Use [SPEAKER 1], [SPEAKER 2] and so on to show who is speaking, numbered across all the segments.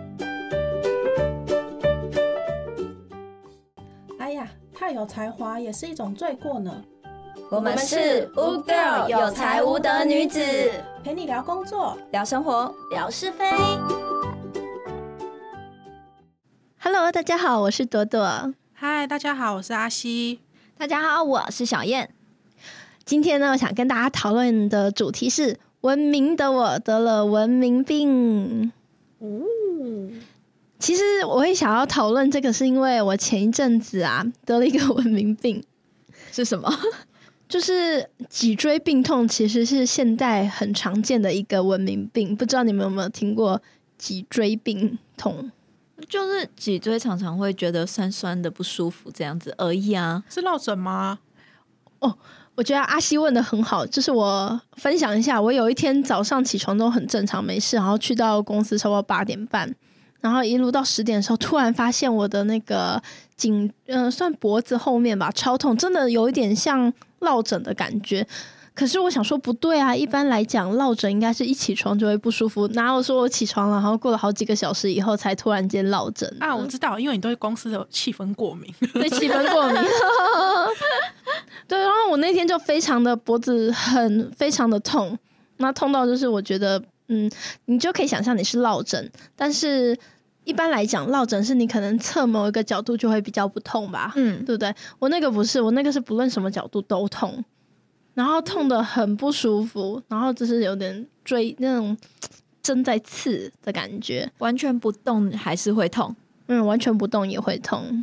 [SPEAKER 1] 再哎有才华也是一种罪过呢。
[SPEAKER 2] 我们是 Wu Girl，有才无德女子，
[SPEAKER 1] 陪你聊工作，
[SPEAKER 2] 聊生活。
[SPEAKER 3] 聊是非。
[SPEAKER 4] Hello，大家好，我是朵朵。
[SPEAKER 1] 嗨，大家好，我是阿西。
[SPEAKER 2] 大家好，我是小燕。
[SPEAKER 4] 今天呢，我想跟大家讨论的主题是：文明的我得了文明病。
[SPEAKER 2] 哦
[SPEAKER 1] 嗯，
[SPEAKER 4] 其实我会想要讨论这个，是因为我前一阵子啊得了一个文明病，
[SPEAKER 2] 是什么？
[SPEAKER 4] 就是脊椎病痛，其实是现代很常见的一个文明病。不知道你们有没有听过脊椎病痛？
[SPEAKER 2] 就是脊椎常常会觉得酸酸的不舒服这样子而已啊。
[SPEAKER 1] 是落枕吗？
[SPEAKER 4] 我觉得阿西问的很好，就是我分享一下，我有一天早上起床都很正常，没事，然后去到公司差不多八点半，然后一路到十点的时候，突然发现我的那个颈，嗯、算脖子后面吧，超痛，真的有一点像落枕的感觉。可是我想说不对啊，一般来讲落枕应该是一起床就会不舒服，哪有说我起床了，然后过了好几个小时以后才突然间落枕
[SPEAKER 1] 嗯
[SPEAKER 5] 啊，我知道，因为你对公司的气氛过敏。
[SPEAKER 4] 对气氛过敏。对，然后我那天就非常的脖子很非常的痛，那痛到就是我觉得，嗯，你就可以想象你是落枕，但是一般来讲，落枕是你可能侧某一个角度就会比较不痛吧，
[SPEAKER 2] 嗯，
[SPEAKER 4] 对不对？我那个不是，我那个是不论什么角度都痛，然后痛的很不舒服，然后就是有点追那种针在刺的感觉，
[SPEAKER 2] 完全不动还是会痛。
[SPEAKER 4] 嗯，完全不动也会痛。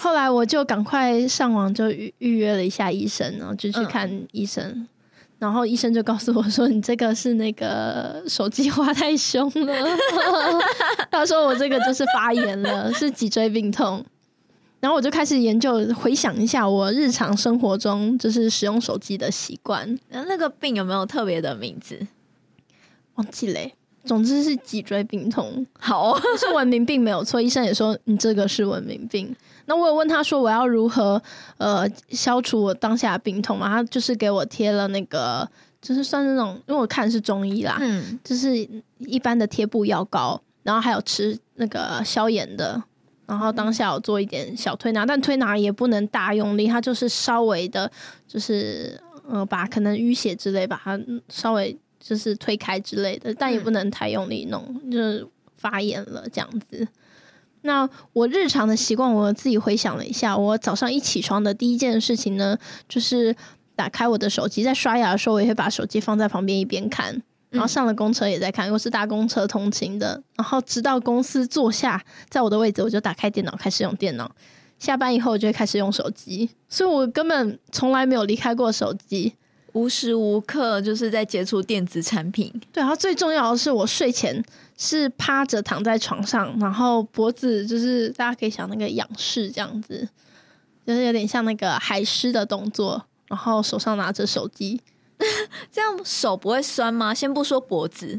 [SPEAKER 4] 后来我就赶快上网就预预约了一下医生，然后就去
[SPEAKER 2] 嗯
[SPEAKER 4] 看医生，然后医生就告诉我说：“你这个是那个手机花太凶了。” 他说：“我这个就是发炎了，是脊椎病痛。”然后我就开始研究，回想一下我日常生活中就是使用手机的习惯，
[SPEAKER 2] 那那个病有没有特别的名字？
[SPEAKER 4] 忘记嘞。总之是脊椎病痛。
[SPEAKER 2] 好、哦，
[SPEAKER 4] 是文明病没有错，医生也说你这个是文明病。那我有问他说我要如何呃消除我当下的病痛嘛？他就是给我贴了那个，就是算是那种，因为我看是中医啦，
[SPEAKER 2] 嗯，
[SPEAKER 4] 就是一般的贴布药膏，然后还有吃那个消炎的。然后当下有做一点小推拿，但推拿也不能大用力，它就是稍微的，就是呃把可能淤血之类把它稍微就是推开之类的，但也不能太用力弄，就是发炎了这样子。那我日常的习惯，我自己回想了一下，我早上一起床的第一件事情呢，就是打开我的手机，在刷牙的时候，我也会把手机放在旁边一边看。然后上了公车也在看，我是搭公车通勤的。然后直到公司坐下，在我的位置，我就打开电脑开始用电脑。下班以后，我就会开始用手机，所以我根本从来没有离开过手机。
[SPEAKER 2] 无时无刻就是在接触电子产品，
[SPEAKER 4] 对，然后最重要的是，我睡前是趴着躺在床上，然后脖子就是大家可以想那个仰视这样子，就是有点像那个海狮的动作，然后手上拿着手机。
[SPEAKER 2] 这样手不会酸吗？先不说脖子，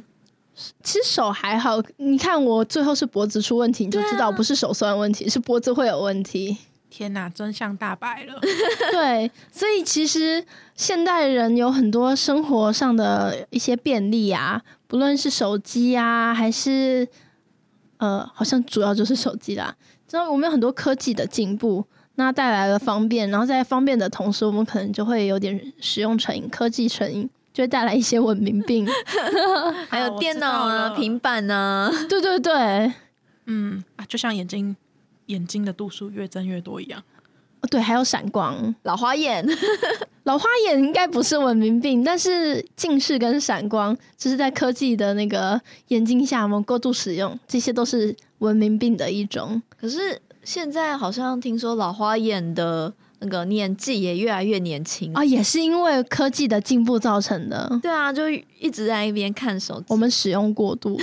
[SPEAKER 4] 其实手还好，你看我最后是脖子出问题，你就知道不是手酸的问题，是脖子会有问题。
[SPEAKER 5] 天哪，真相大白了！
[SPEAKER 4] 对，所以其实现代人有很多生活上的一些便利啊，不论是手机啊，还是呃，好像主要就是手机啦。之后我们有很多科技的进步，那带来了方便，然后在方便的同时，我们可能就会有点使用成瘾、科技成瘾，就会带来一些文明病。
[SPEAKER 2] 还有
[SPEAKER 5] 我
[SPEAKER 2] 电
[SPEAKER 5] 知
[SPEAKER 2] 脑
[SPEAKER 5] 道
[SPEAKER 2] 啊、
[SPEAKER 5] 了
[SPEAKER 2] 平板啊，
[SPEAKER 4] 对对对，
[SPEAKER 5] 嗯啊，就像眼睛眼睛的度数越增越多一样。
[SPEAKER 4] 哦对，还有闪光。
[SPEAKER 2] 老花眼，
[SPEAKER 4] 老花眼应该不是文明病，但是近视跟闪光，就是在科技的那个眼镜下，我们过度使用，这些都是文明病的一种。
[SPEAKER 2] 可是现在好像听说老花眼的那个年纪也越来越年轻
[SPEAKER 4] 啊，也是因为科技的进步造 成的，
[SPEAKER 2] 对啊，就一直在一边看手机。
[SPEAKER 4] 我们使用过度。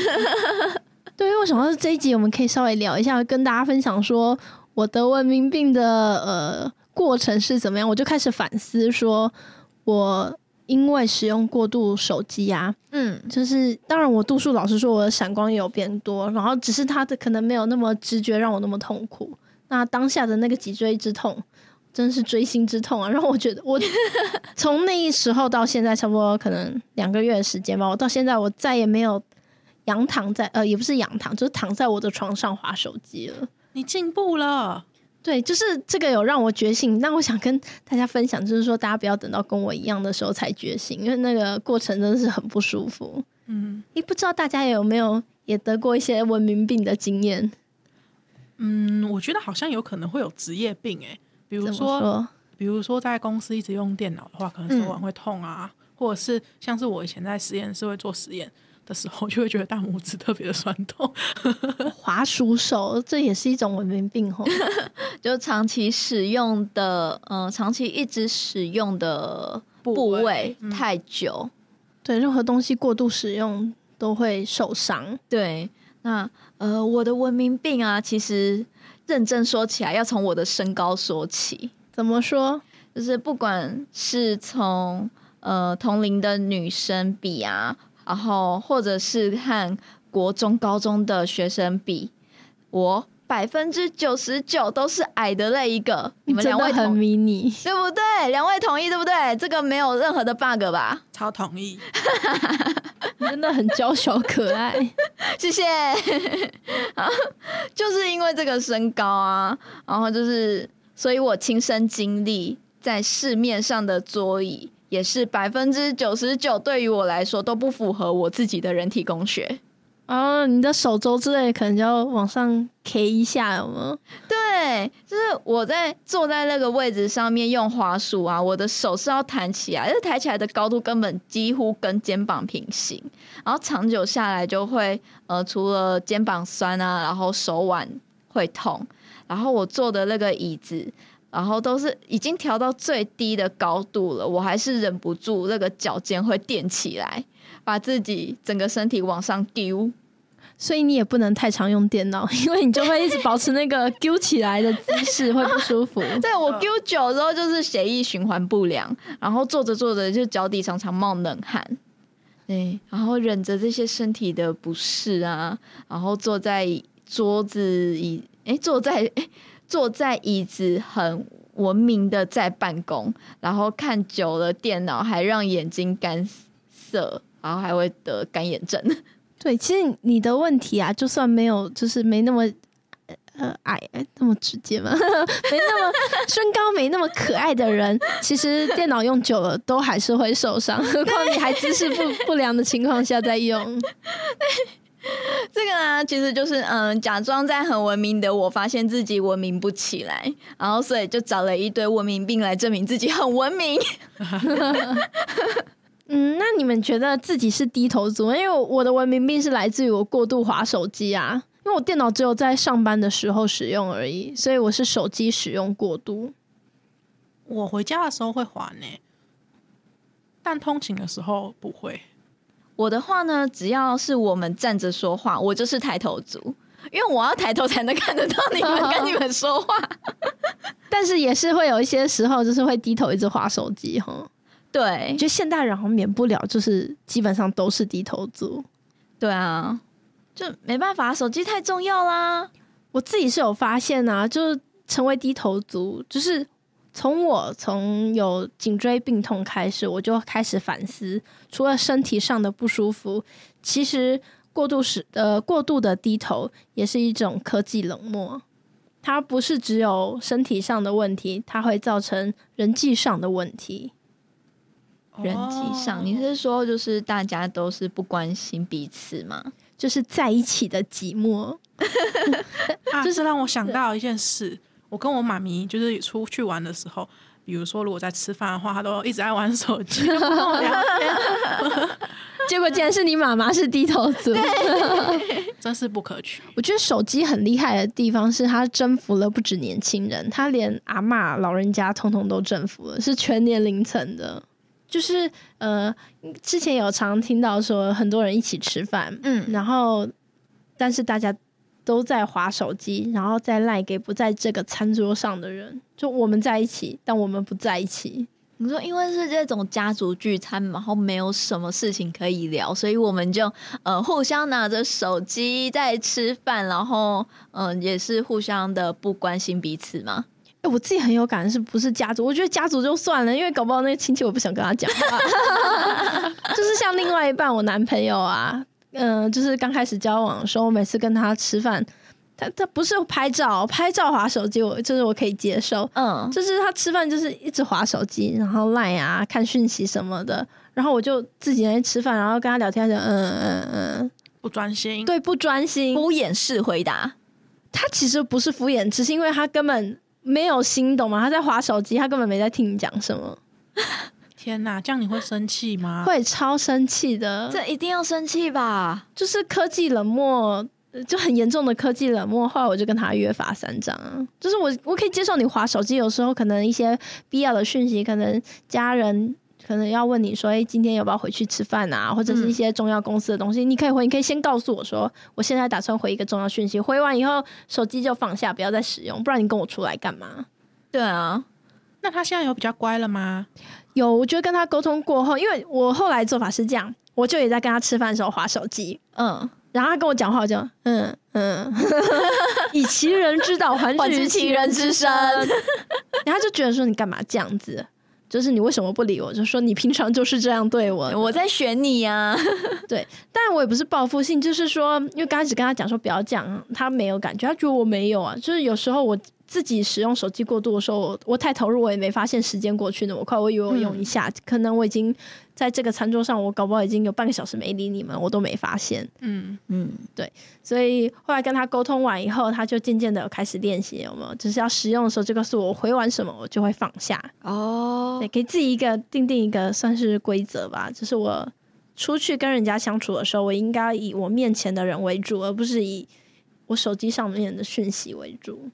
[SPEAKER 4] 对，因为我想到这一集，我们可以稍微聊一下，跟大家分享说我得文明病的呃过程是怎么样，我就开始反思说，我因为使用过度手机啊，
[SPEAKER 2] 嗯，
[SPEAKER 4] 就是当然，我度数老实说，我的闪光也有变多，然后只是它的可能没有那么直觉让我那么痛苦。那当下的那个脊椎之痛，真是锥心之痛啊！让我觉得我从那一时候到现在，差不多可能两个月的时间吧，我到现在我再也没有仰躺在呃，也不是仰躺，就是躺在我的床上划手机了。
[SPEAKER 5] 你进步了，
[SPEAKER 4] 对，就是这个有让我觉醒。那我想跟大家分享，就是说大家不要等到跟我一样的时候才觉醒，因为那个过程真的是很不舒服。
[SPEAKER 5] 嗯
[SPEAKER 4] 诶，不知道大家有没有也得过一些文明病的经验？
[SPEAKER 5] 嗯，我觉得好像有可能会有职业病诶、比如
[SPEAKER 4] 怎么
[SPEAKER 5] 说
[SPEAKER 4] 说？
[SPEAKER 5] 比如说在公司一直用电脑的话，可能手
[SPEAKER 4] 嗯
[SPEAKER 5] 腕会痛啊，或者是像是我以前在实验室会做实验的时候，就会觉得大拇指特别的酸痛。
[SPEAKER 4] 滑鼠手，这也是一种文明病 吼。
[SPEAKER 2] 就长期使用的，嗯、长期一直使用的
[SPEAKER 5] 部
[SPEAKER 2] 部
[SPEAKER 5] 位
[SPEAKER 2] 位
[SPEAKER 5] 嗯
[SPEAKER 2] 太久，
[SPEAKER 4] 对，任何东西过度使用都会受伤。
[SPEAKER 2] 对，那呃，我的文明病啊，其实认真说起来，要从我的身高说起，
[SPEAKER 4] 怎么说？
[SPEAKER 2] 就是不管是从呃同龄的女生比啊，然后或者是和国中、高中的学生比，我百分之九十九都是矮的那一个。你们
[SPEAKER 4] 真
[SPEAKER 2] 两
[SPEAKER 4] 的
[SPEAKER 2] 位
[SPEAKER 4] 很
[SPEAKER 2] 同
[SPEAKER 4] 迷你，
[SPEAKER 2] 对不对？两位同意对不对？这个没有任何的 bug 吧？
[SPEAKER 5] 超同意，
[SPEAKER 4] 你真的很娇小可爱。
[SPEAKER 2] 谢谢。 啊，就是因为这个身高啊，然后就是，所以我亲身经历在市面上的桌椅，也是百分之九十九对于我来说都不符合我自己的人体工学。
[SPEAKER 4] 哦，你的手肘之类可能就要往上 K 一下，有吗？
[SPEAKER 2] 对，就是我在坐在那个位置上面用滑鼠啊，我的手是要弹起来，但是抬起来的高度根本几乎跟肩膀平行，然后长久下来就会呃，除了肩膀酸啊，然后手腕会痛，然后我坐的那个椅子。然后都是已经调到最低的高度了，我还是忍不住那个脚尖会垫起来，把自己整个身体往上丢。
[SPEAKER 4] 所以你也不能太常用电脑， 因为你就会一直保持那个 揪起来的姿势，会不舒服。
[SPEAKER 2] 对我丢久之后就是血液循环不良，然后坐着坐着就脚底常常冒冷汗，对，然后忍着这些身体的不适啊，然后坐在桌子椅，诶，坐在诶坐在椅子很文明的在办公，然后看久了电脑还让眼睛干涩，然后还会得干眼症。
[SPEAKER 4] 对，其实你的问题啊，就算没有，就是没那么呃呃矮呃那么直接嘛， 没那么 身高没那么可爱的人，其实电脑用久了都还是会受伤，何况你还姿势不不良的情况下在用。
[SPEAKER 2] 这个呢，其实就是嗯，假装在很文明的我，发现自己文明不起来，然后所以就找了一堆文明病来证明自己很文明。
[SPEAKER 4] 嗯，那你们觉得自己是低头族吗？因为我的文明病是来自于我过度划手机啊，因为我电脑只有在上班的时候使用而已，所以我是手机使用过度。
[SPEAKER 5] 我回家的时候会还呢、但通勤的时候不会。
[SPEAKER 2] 我的话呢，只要是我们站着说话，我就是抬头族。因为我要抬头才能看得到你们跟你们说话，
[SPEAKER 4] 但是也是会有一些时候，就是会低头一直划手机哈。
[SPEAKER 2] 对
[SPEAKER 4] 我觉得现代人好像免不了，就是基本上都是低头族。
[SPEAKER 2] 对啊，就没办法，手机太重要啦。
[SPEAKER 4] 我自己是有发现啊，就是成为低头族，就是从我从有颈椎病痛开始，我就开始反思，除了身体上的不舒服，其实过度使呃过度的低头也是一种科技冷漠。它不是只有身体上的问题，它会造成人际上的问题。
[SPEAKER 2] 人际
[SPEAKER 5] 哦
[SPEAKER 2] 上，你是说就是大家都是不关心彼此吗？
[SPEAKER 4] 就是在一起的寂寞。
[SPEAKER 5] 啊，这是让我想到一件事，我跟我妈咪就是出去玩的时候，比如说如果在吃饭的话，她都一直在玩手机，就不跟我聊天，
[SPEAKER 4] 结果竟然是你妈妈是低头族。
[SPEAKER 5] 真是不可取。
[SPEAKER 4] 我觉得手机很厉害的地方是，它征服了不止年轻人，它连阿嬷、老人家通通都征服了，是全年龄层的。就是呃，之前有常听到说，很多人一起吃饭，
[SPEAKER 2] 嗯，
[SPEAKER 4] 然后但是大家都在划手机，然后再赖给不在这个餐桌上的人。就我们在一起，但我们不在一起。
[SPEAKER 2] 你说因为是这种家族聚餐，然后没有什么事情可以聊，所以我们就呃互相拿着手机在吃饭，然后嗯、呃也是互相的不关心彼此嘛。
[SPEAKER 4] 哎、我自己很有感，是不是家族？我觉得家族就算了，因为搞不好那个亲戚我不想跟他讲话。 就是像另外一半，我男朋友啊，嗯、就是刚开始交往的时候，我每次跟他吃饭，他他他不是拍照，拍照划手机我就是我可以接受，
[SPEAKER 2] 嗯，
[SPEAKER 4] 就是他吃饭就是一直划手机，然后赖啊看讯息什么的，然后我就自己在那边吃饭，然后跟他聊天，他就嗯嗯嗯
[SPEAKER 5] 不专心
[SPEAKER 4] 嗯，。对，不专心。
[SPEAKER 2] 敷衍式回答，
[SPEAKER 4] 他其实不是敷衍，只是因为他根本没有心懂嘛，他在划手机，他根本没在听你讲什么，
[SPEAKER 5] 天哪，这样你会生气吗？
[SPEAKER 4] 会超生气的。
[SPEAKER 2] 这一定要生气吧？
[SPEAKER 4] 就是科技冷漠，呃就很严重的科技冷漠。后来我就跟他约法三章啊，就是我我可以接受你划手机，有时候可能一些必要的讯息，可能家人。可能要问你说，哎、今天要不要回去吃饭啊？或者是一些重要公司的东西，你可以回，你可以先告诉我说，我现在打算回一个重要讯息，回完以后手机就放下，不要再使用，不然你跟我出来干嘛？
[SPEAKER 2] 对啊，
[SPEAKER 5] 那他现在有比较乖了吗？
[SPEAKER 4] 有，我觉得跟他沟通过后，因为我后来做法是这样，我就也在跟他吃饭的时候划手机，
[SPEAKER 2] 嗯，
[SPEAKER 4] 然后他跟我讲话，我就嗯嗯， 以其人之道还
[SPEAKER 2] 还
[SPEAKER 4] 治
[SPEAKER 2] 治其人之 身，
[SPEAKER 4] 然后他就觉得说你干嘛这样子？就是你为什么不理我？就说你平常就是这样对我，
[SPEAKER 2] 我在选你呀、啊，
[SPEAKER 4] 但我也不是报复性，就是说，因为刚开始跟他讲说不要这样，他没有感觉，他觉得我没有啊。就是有时候我自己使用手机过度的时候，我我太投入，我也没发现时间过去那么快。我以为我用一下，可能我已经在这个餐桌上，我搞不好已经有半个小时没理你们，我都没发现。
[SPEAKER 5] 嗯，
[SPEAKER 2] 嗯，
[SPEAKER 4] 所以后来跟他沟通完以后，他就渐渐的有开始练习，有没有？就是要使用的时候就告诉我，我回完什么我就会放下，
[SPEAKER 2] 哦
[SPEAKER 4] 对，给自己一个定定一个算是规则吧，就是我出去跟人家相处的时候，我应该以我面前的人为主，而不是以我手机上面的讯息为主。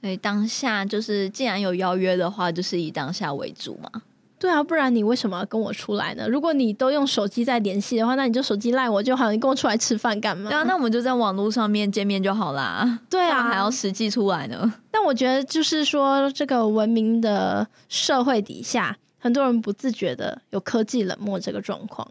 [SPEAKER 2] 所以当下就是，既然有邀约的话，就是以当下为主嘛。
[SPEAKER 4] 对啊，不然你为什么要跟我出来呢？如果你都用手机在联系的话，那你就手机赖我就好，你跟我出来吃饭干嘛？
[SPEAKER 2] 对啊，那我们就在网络上面见面就好啦。
[SPEAKER 4] 对
[SPEAKER 2] 干
[SPEAKER 4] 啊，
[SPEAKER 2] 嘛还要实际出来呢。
[SPEAKER 4] 但我觉得就是说，这个文明的社会底下，很多人不自觉的有科技冷漠这个状况。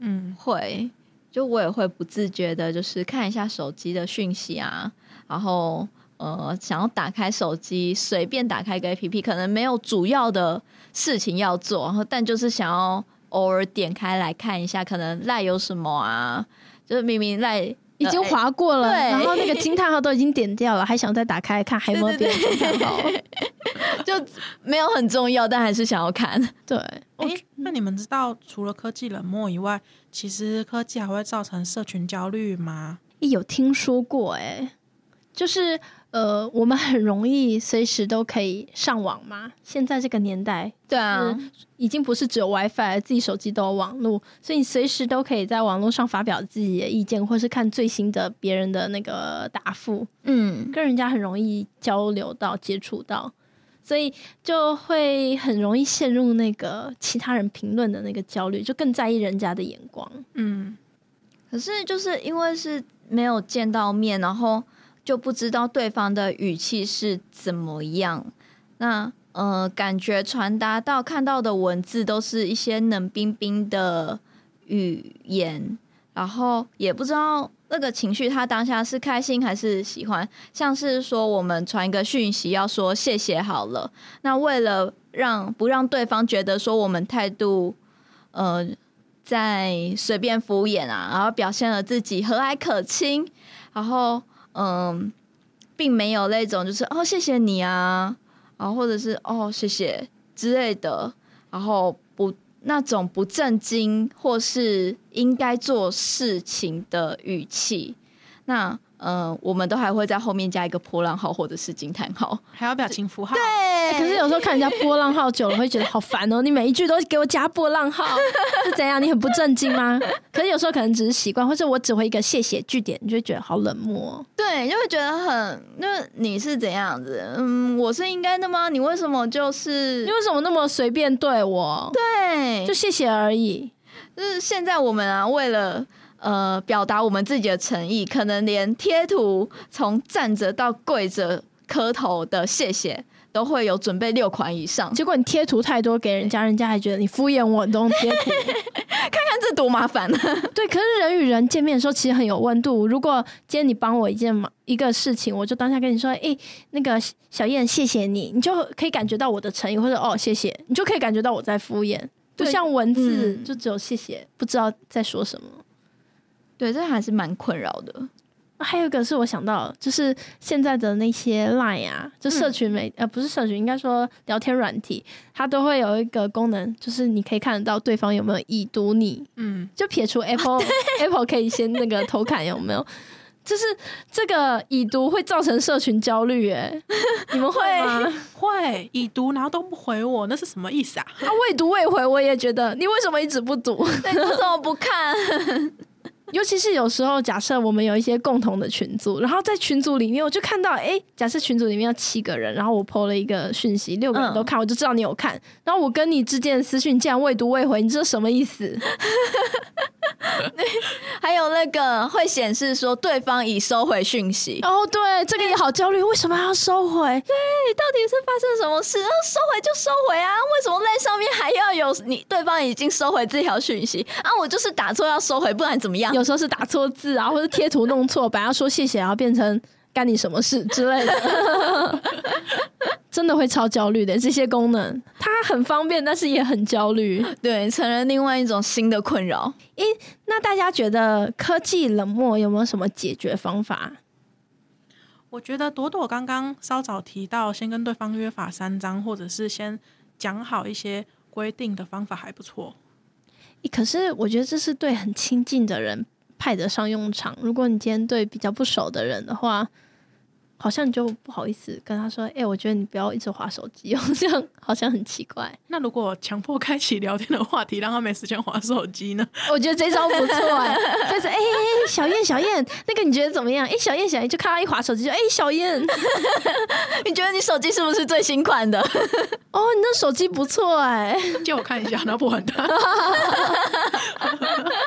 [SPEAKER 5] 嗯，
[SPEAKER 2] 会，就我也会不自觉的，就是看一下手机的讯息啊，然后呃，想要打开手机，随便打开一个 APP，可能没有主要的事情要做，然后但就是想要偶尔点开来看一下，可能赖有什么啊，就是明明赖。
[SPEAKER 4] 已经划过了，
[SPEAKER 2] 对
[SPEAKER 4] 然后那个惊叹号都已经点掉了，还想再打开看还有没有别的惊叹号？
[SPEAKER 2] 就没有很重要，但还是想要看。
[SPEAKER 4] 对，
[SPEAKER 5] 哎、那你们知道除了科技冷漠以外，其实科技还会造成社群焦虑吗？
[SPEAKER 4] 诶有听说过哎、就是呃，我们很容易随时都可以上网嘛。现在这个年代，
[SPEAKER 2] 对啊，
[SPEAKER 4] 已经不是只有 WiFi，自己手机都有网络，所以你随时都可以在网络上发表自己的意见，或是看最新的别人的那个答复，
[SPEAKER 2] 嗯，
[SPEAKER 4] 跟人家很容易交流到、接触到，所以就会很容易陷入那个其他人评论的那个焦虑，就更在意人家的眼光。
[SPEAKER 5] 嗯，
[SPEAKER 2] 可是就是因为是没有见到面，然后就不知道对方的语气是怎么样。那呃，感觉传达到看到的文字都是一些冷冰冰的语言，然后也不知道那个情绪他当下是开心还是喜欢。像是说我们传一个讯息要说谢谢好了，那为了让不让对方觉得说我们态度呃在随便敷衍啊，然后表现了自己和蔼可亲，然后嗯，并没有那种就是哦谢谢你啊，然后或者是哦谢谢之类的，然后不那种不正经或是应该做事情的语气，那。嗯，我们都还会在后面加一个波浪号或者是惊叹号。
[SPEAKER 5] 还有表情符号，
[SPEAKER 4] 欸
[SPEAKER 2] 哎
[SPEAKER 4] 可是有时候看人家波浪号久了，会觉得好烦哦。你每一句都给我加波浪号，是怎样？你很不正经吗？可是有时候可能只是习惯，或者我只会一个谢谢句点，你就会觉得好冷漠、哦。
[SPEAKER 2] 对，就会觉得很，那你是怎样子？嗯，我是应该的吗？你为什么就是
[SPEAKER 4] 你为什么那么随便对我？对，
[SPEAKER 2] 对
[SPEAKER 4] 就谢谢而已。
[SPEAKER 2] 就是现在我们啊，为了呃表达我们自己的诚意，可能连贴图从站着到跪着磕头的谢谢都会有准备六款以 上，就
[SPEAKER 4] 结果你贴图太多给人家，人家还觉得你敷衍我，你都用贴图。
[SPEAKER 2] 看这多麻烦 啊！
[SPEAKER 4] 对，可是人与人见面的时候其实很有温度。如果今天你帮我一件忙一个事情，我就当下跟你说，诶，那个小燕，谢谢你，你就可以感觉到我的诚意，或者哦，谢谢，你就可以感觉到我在敷衍。不
[SPEAKER 2] 对
[SPEAKER 4] 像文字，
[SPEAKER 2] 嗯
[SPEAKER 4] 就只有谢谢，不知道在说什么。
[SPEAKER 2] 对，这还是蛮困扰的。
[SPEAKER 4] 还有一个是我想到，就是现在的那些 Line 啊，就
[SPEAKER 2] 嗯
[SPEAKER 4] 社群媒、呃不是社群，应该说聊天软体，它都会有一个功能，就是你可以看得到对方有没有已读你，
[SPEAKER 5] 嗯，
[SPEAKER 4] 就撇除 Apple、Apple 可以先那个偷看有没有。就是这个已读会造成社群焦虑， 哎，你们会吗？
[SPEAKER 5] 会已读，然后都不回我，那是什么意思啊？
[SPEAKER 4] 他未读未回，我也觉得你为什么一直不读？
[SPEAKER 2] 对，为什么不看？
[SPEAKER 4] 尤其是有时候，假设我们有一些共同的群组，然后在群组里面，我就看到，诶，假设群组里面有七个人，然后我 PO 了一个讯息，六个人都看，我就知道你有看。然后我跟你之间的私讯竟然未读未回，你这什么意思？
[SPEAKER 2] 还有那个会显示说对方已收回讯 息，
[SPEAKER 4] 哦，对，这个也好焦虑，为什么要收回？
[SPEAKER 2] 对，到底是发生什么事？啊收回就收回啊，为什么在上面还要有你对方已经收回这条讯息啊？我就是打错要收回，不然怎么样？
[SPEAKER 4] 有时候是打错字啊，或者贴图弄错，本来要说谢谢，然后变成干你什么事之类的，真的会超焦虑的。这些功能它很方便，但是也很焦虑。
[SPEAKER 2] 对，成了另外一种新的困扰。
[SPEAKER 4] 那大家觉得科技冷漠有没有什么解决方法？
[SPEAKER 5] 我觉得朵朵刚刚稍早提到，先跟对方约法三章，或者是先讲好一些规定的方法还不错。
[SPEAKER 4] 诶可是我觉得这是对很亲近的人派得上用场。如果你今天对比较不熟的人的话，好像你就不好意思跟他说：“哎、我觉得你不要一直划手机 哦，这样好像很奇怪。
[SPEAKER 5] 那如果强迫开启聊天的话题，让他没时间划手机呢？”
[SPEAKER 4] 我觉得这招不错哎、就是哎哎哎，小燕小燕，那个你觉得怎么样？哎、小燕小燕，就看他一划手机就哎、小燕，
[SPEAKER 2] 你觉得你手机是不是最新款的？
[SPEAKER 4] 哦，你那手机不错哎、
[SPEAKER 5] 借我看一下，然后不还 他。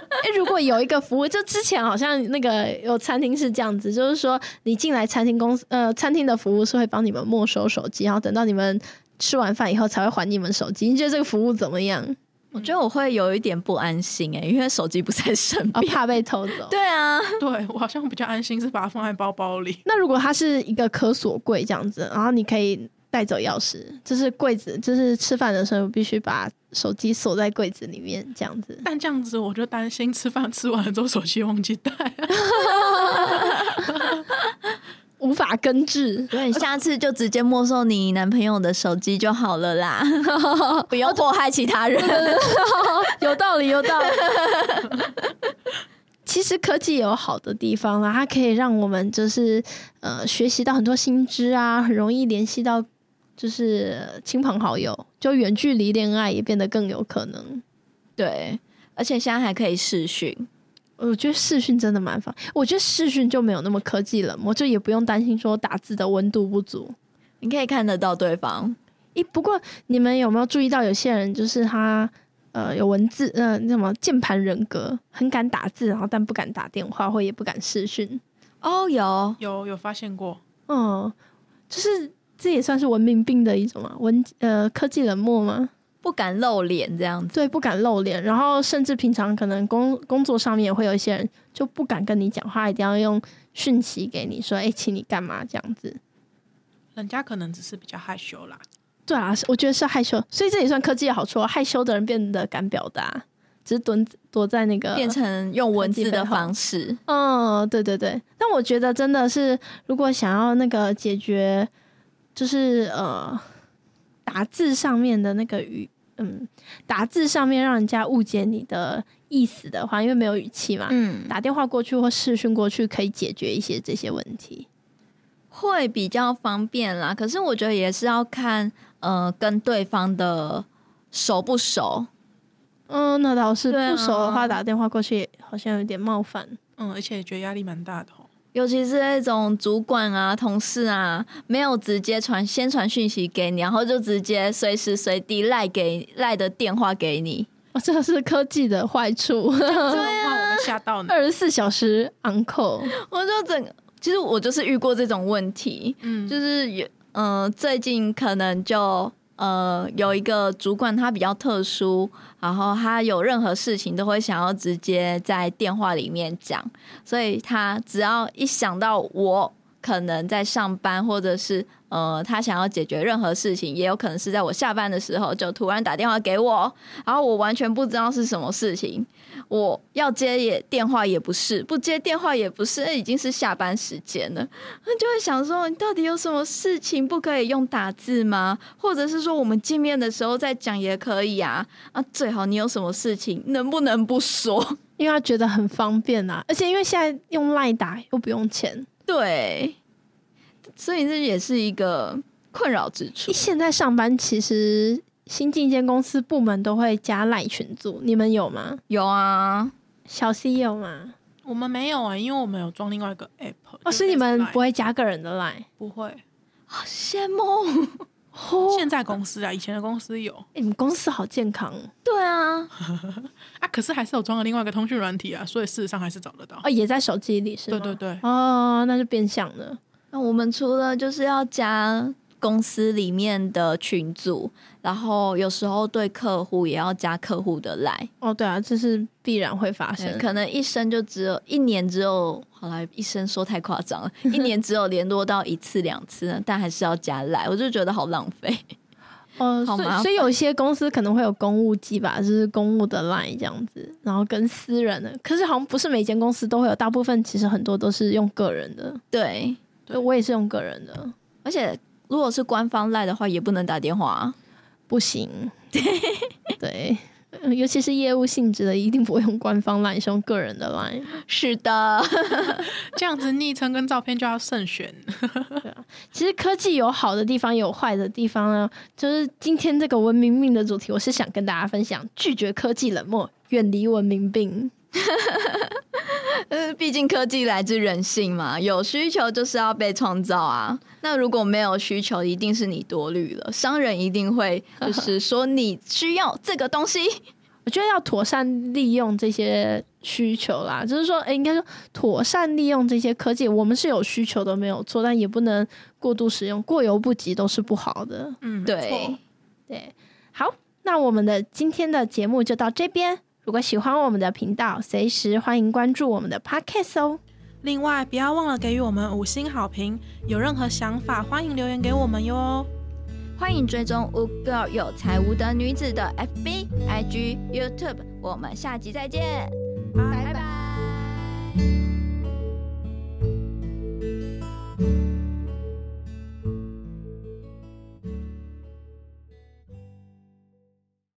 [SPEAKER 4] 哎、如果有一个服务，就之前好像那个有餐厅是这样子，就是说你进来餐厅公司，呃，餐厅的服务是会帮你们没收手机，然后等到你们吃完饭以后才会还你们手机。你觉得这个服务怎么样？
[SPEAKER 2] 我觉得我会有一点不安心哎、因为手机不在身
[SPEAKER 4] 啊、
[SPEAKER 2] 边。
[SPEAKER 4] 怕被偷走。
[SPEAKER 2] 哦对啊，
[SPEAKER 5] 对我好像比较安心，是把它放在包包里。
[SPEAKER 4] 那如果它是一个可锁柜这样子，然后你可以带走钥匙，就是柜子，就是吃饭的时候必须把手机锁在柜子里面这样子。
[SPEAKER 5] 但这样子我就担心吃饭吃完了之后手机忘记带、
[SPEAKER 4] 无法根治，
[SPEAKER 2] 所以下次就直接没收你男朋友的手机就好了啦， 不要祸害其他 人。
[SPEAKER 4] 有道理，有道理。其实科技有好的地方啦，它可以让我们就是呃学习到很多新知啊，很容易联系到就是呃亲朋好友，就远距离恋爱也变得更有可能。
[SPEAKER 2] 对，而且现在还可以视讯。
[SPEAKER 4] 我觉得视讯真的蛮方，我觉得视讯就没有那么科技冷漠，就也不用担心说打字的温度不足。
[SPEAKER 2] 你可以看得到对方，
[SPEAKER 4] 咦，不过你们有没有注意到，有些人就是他呃有文字呃那什么键盘人格，很敢打字，然后但不敢打电话或也不敢视讯。
[SPEAKER 2] 哦，有
[SPEAKER 5] 有有发现过？
[SPEAKER 4] 嗯，就是这也算是文明病的一种嘛，文呃科技冷漠嘛，
[SPEAKER 2] 不敢露脸这样子，
[SPEAKER 4] 对，不敢露脸，然后甚至平常可能工工作上面也会有一些人就不敢跟你讲话，一定要用讯息给你说，哎、请你干嘛这样子。
[SPEAKER 5] 人家可能只是比较害羞啦。
[SPEAKER 4] 对啊，是我觉得是害羞，所以这也算科技的好处哦，害羞的人变得敢表达，只是蹲躲在那个
[SPEAKER 2] 变成用文字的方式。
[SPEAKER 4] 嗯，对对对，但我觉得真的是，如果想要那个解决，就是呃，打字上面的那个语，嗯，打字上面让人家误解你的意思的话，因为没有语气嘛，
[SPEAKER 2] 嗯，
[SPEAKER 4] 打电话过去或视讯过去可以解决一些这些问题。
[SPEAKER 2] 会比较方便啦。可是我觉得也是要看，呃，跟对方的熟不熟。
[SPEAKER 4] 嗯，那倒是
[SPEAKER 2] 对啊
[SPEAKER 4] 不熟的话，打电话过去也好像有点冒犯。
[SPEAKER 5] 嗯，而且觉得压力蛮大的哦。
[SPEAKER 2] 尤其是那种主管啊、同事啊，没有直接传先传讯息给你，然后就直接随时随地赖给赖的电话给你，
[SPEAKER 4] 哦，这是科技的坏处，
[SPEAKER 5] 这样的话我们吓到你。
[SPEAKER 4] 二十四小时 on call。
[SPEAKER 2] 我就整个其实我就是遇过这种问题，
[SPEAKER 5] 嗯，
[SPEAKER 2] 就是有嗯、呃最近可能就呃有一个主管他比较特殊，然后他有任何事情都会想要直接在电话里面讲，所以他只要一想到我可能在上班，或者是呃，他想要解决任何事情，也有可能是在我下班的时候就突然打电话给我，然后我完全不知道是什么事情，我要接也电话也不是，不接电话也不是，哎那已经是下班时间了，那就会想说，你到底有什么事情不可以用打字吗？或者是说，我们见面的时候再讲也可以啊？啊，最好你有什么事情，能不能不说？
[SPEAKER 4] 因为他觉得很方便啦、而且因为现在用赖打又不用钱，
[SPEAKER 2] 对，所以这也是一个困扰之处。
[SPEAKER 4] 现在上班其实新进一间公司部门都会加赖群组，你们有吗？
[SPEAKER 2] 有啊，
[SPEAKER 4] 小 C 有吗？
[SPEAKER 5] 我们没有啊、因为我们有装另外一个 app，
[SPEAKER 4] 哦，所以你们不
[SPEAKER 5] 会
[SPEAKER 4] 会加个人的赖？
[SPEAKER 5] 不会？
[SPEAKER 2] 好羡慕。
[SPEAKER 5] 现在公司啊，以前的公司有
[SPEAKER 4] 欸你们公司好健康哦，
[SPEAKER 2] 对啊，
[SPEAKER 5] 啊，可是还是有装了另外一个通讯软体啊，所以事实上还是找得到。
[SPEAKER 4] 哦，也在手机里是吗？
[SPEAKER 5] 对对。对，
[SPEAKER 4] 哦，那就变相了。
[SPEAKER 2] 那我们除了就是要加公司里面的群组，然后有时候对客户也要加客户的来，
[SPEAKER 4] 哦，对啊，这是必然会发
[SPEAKER 5] 哎
[SPEAKER 4] 生。
[SPEAKER 2] 可能一生就只有一年只有，好啦，一生说太夸张了，一年只有联络到一次两次，但还是要加来，我就觉得好浪费。
[SPEAKER 4] 哦，
[SPEAKER 2] 好
[SPEAKER 4] 所
[SPEAKER 2] 麻
[SPEAKER 4] 以所以有一些公司可能会有公务机吧，就是公务的 line 这样子，然后跟私人的。可是好像不是每间公司都会有，大部分其实很多都是用个人的。
[SPEAKER 2] 对，
[SPEAKER 5] 对
[SPEAKER 4] 我也是用个人的，
[SPEAKER 2] 而且如果是官方赖的话，也不能打电话啊、
[SPEAKER 4] 不行。 对，呃尤其是业务性质的，一定不会用官方 line，是用个人的 line。
[SPEAKER 2] 是的，
[SPEAKER 5] 这样子昵称跟照片就要慎选。
[SPEAKER 4] 其实科技有好的地方，也有坏的地方啊。就是今天这个文明病的主题，我是想跟大家分享：拒绝科技冷漠，远离文明病。
[SPEAKER 2] 呃，毕竟科技来自人性嘛，有需求就是要被创造啊。那如果没有需求，一定是你多虑了。商人一定会就是说你需要这个东西，
[SPEAKER 4] 我觉得要妥善利用这些需求啦，就是说，诶，应该说妥善利用这些科技，我们是有需求的，没有错，但也不能过度使用，过犹不及都是不好的。
[SPEAKER 5] 嗯，没
[SPEAKER 2] 对
[SPEAKER 5] 错，
[SPEAKER 4] 对，好，那我们的今天的节目就到这边。如果喜欢我们的频道，随时欢迎关注我们的 Podcast 哦。
[SPEAKER 5] 另外，不要忘了给予我们五星好评。有任何想法，欢迎留言给我们哟。
[SPEAKER 2] 欢迎追踪无 girl 有才无德女子的 FB、IG、YouTube，我们下集再见，拜拜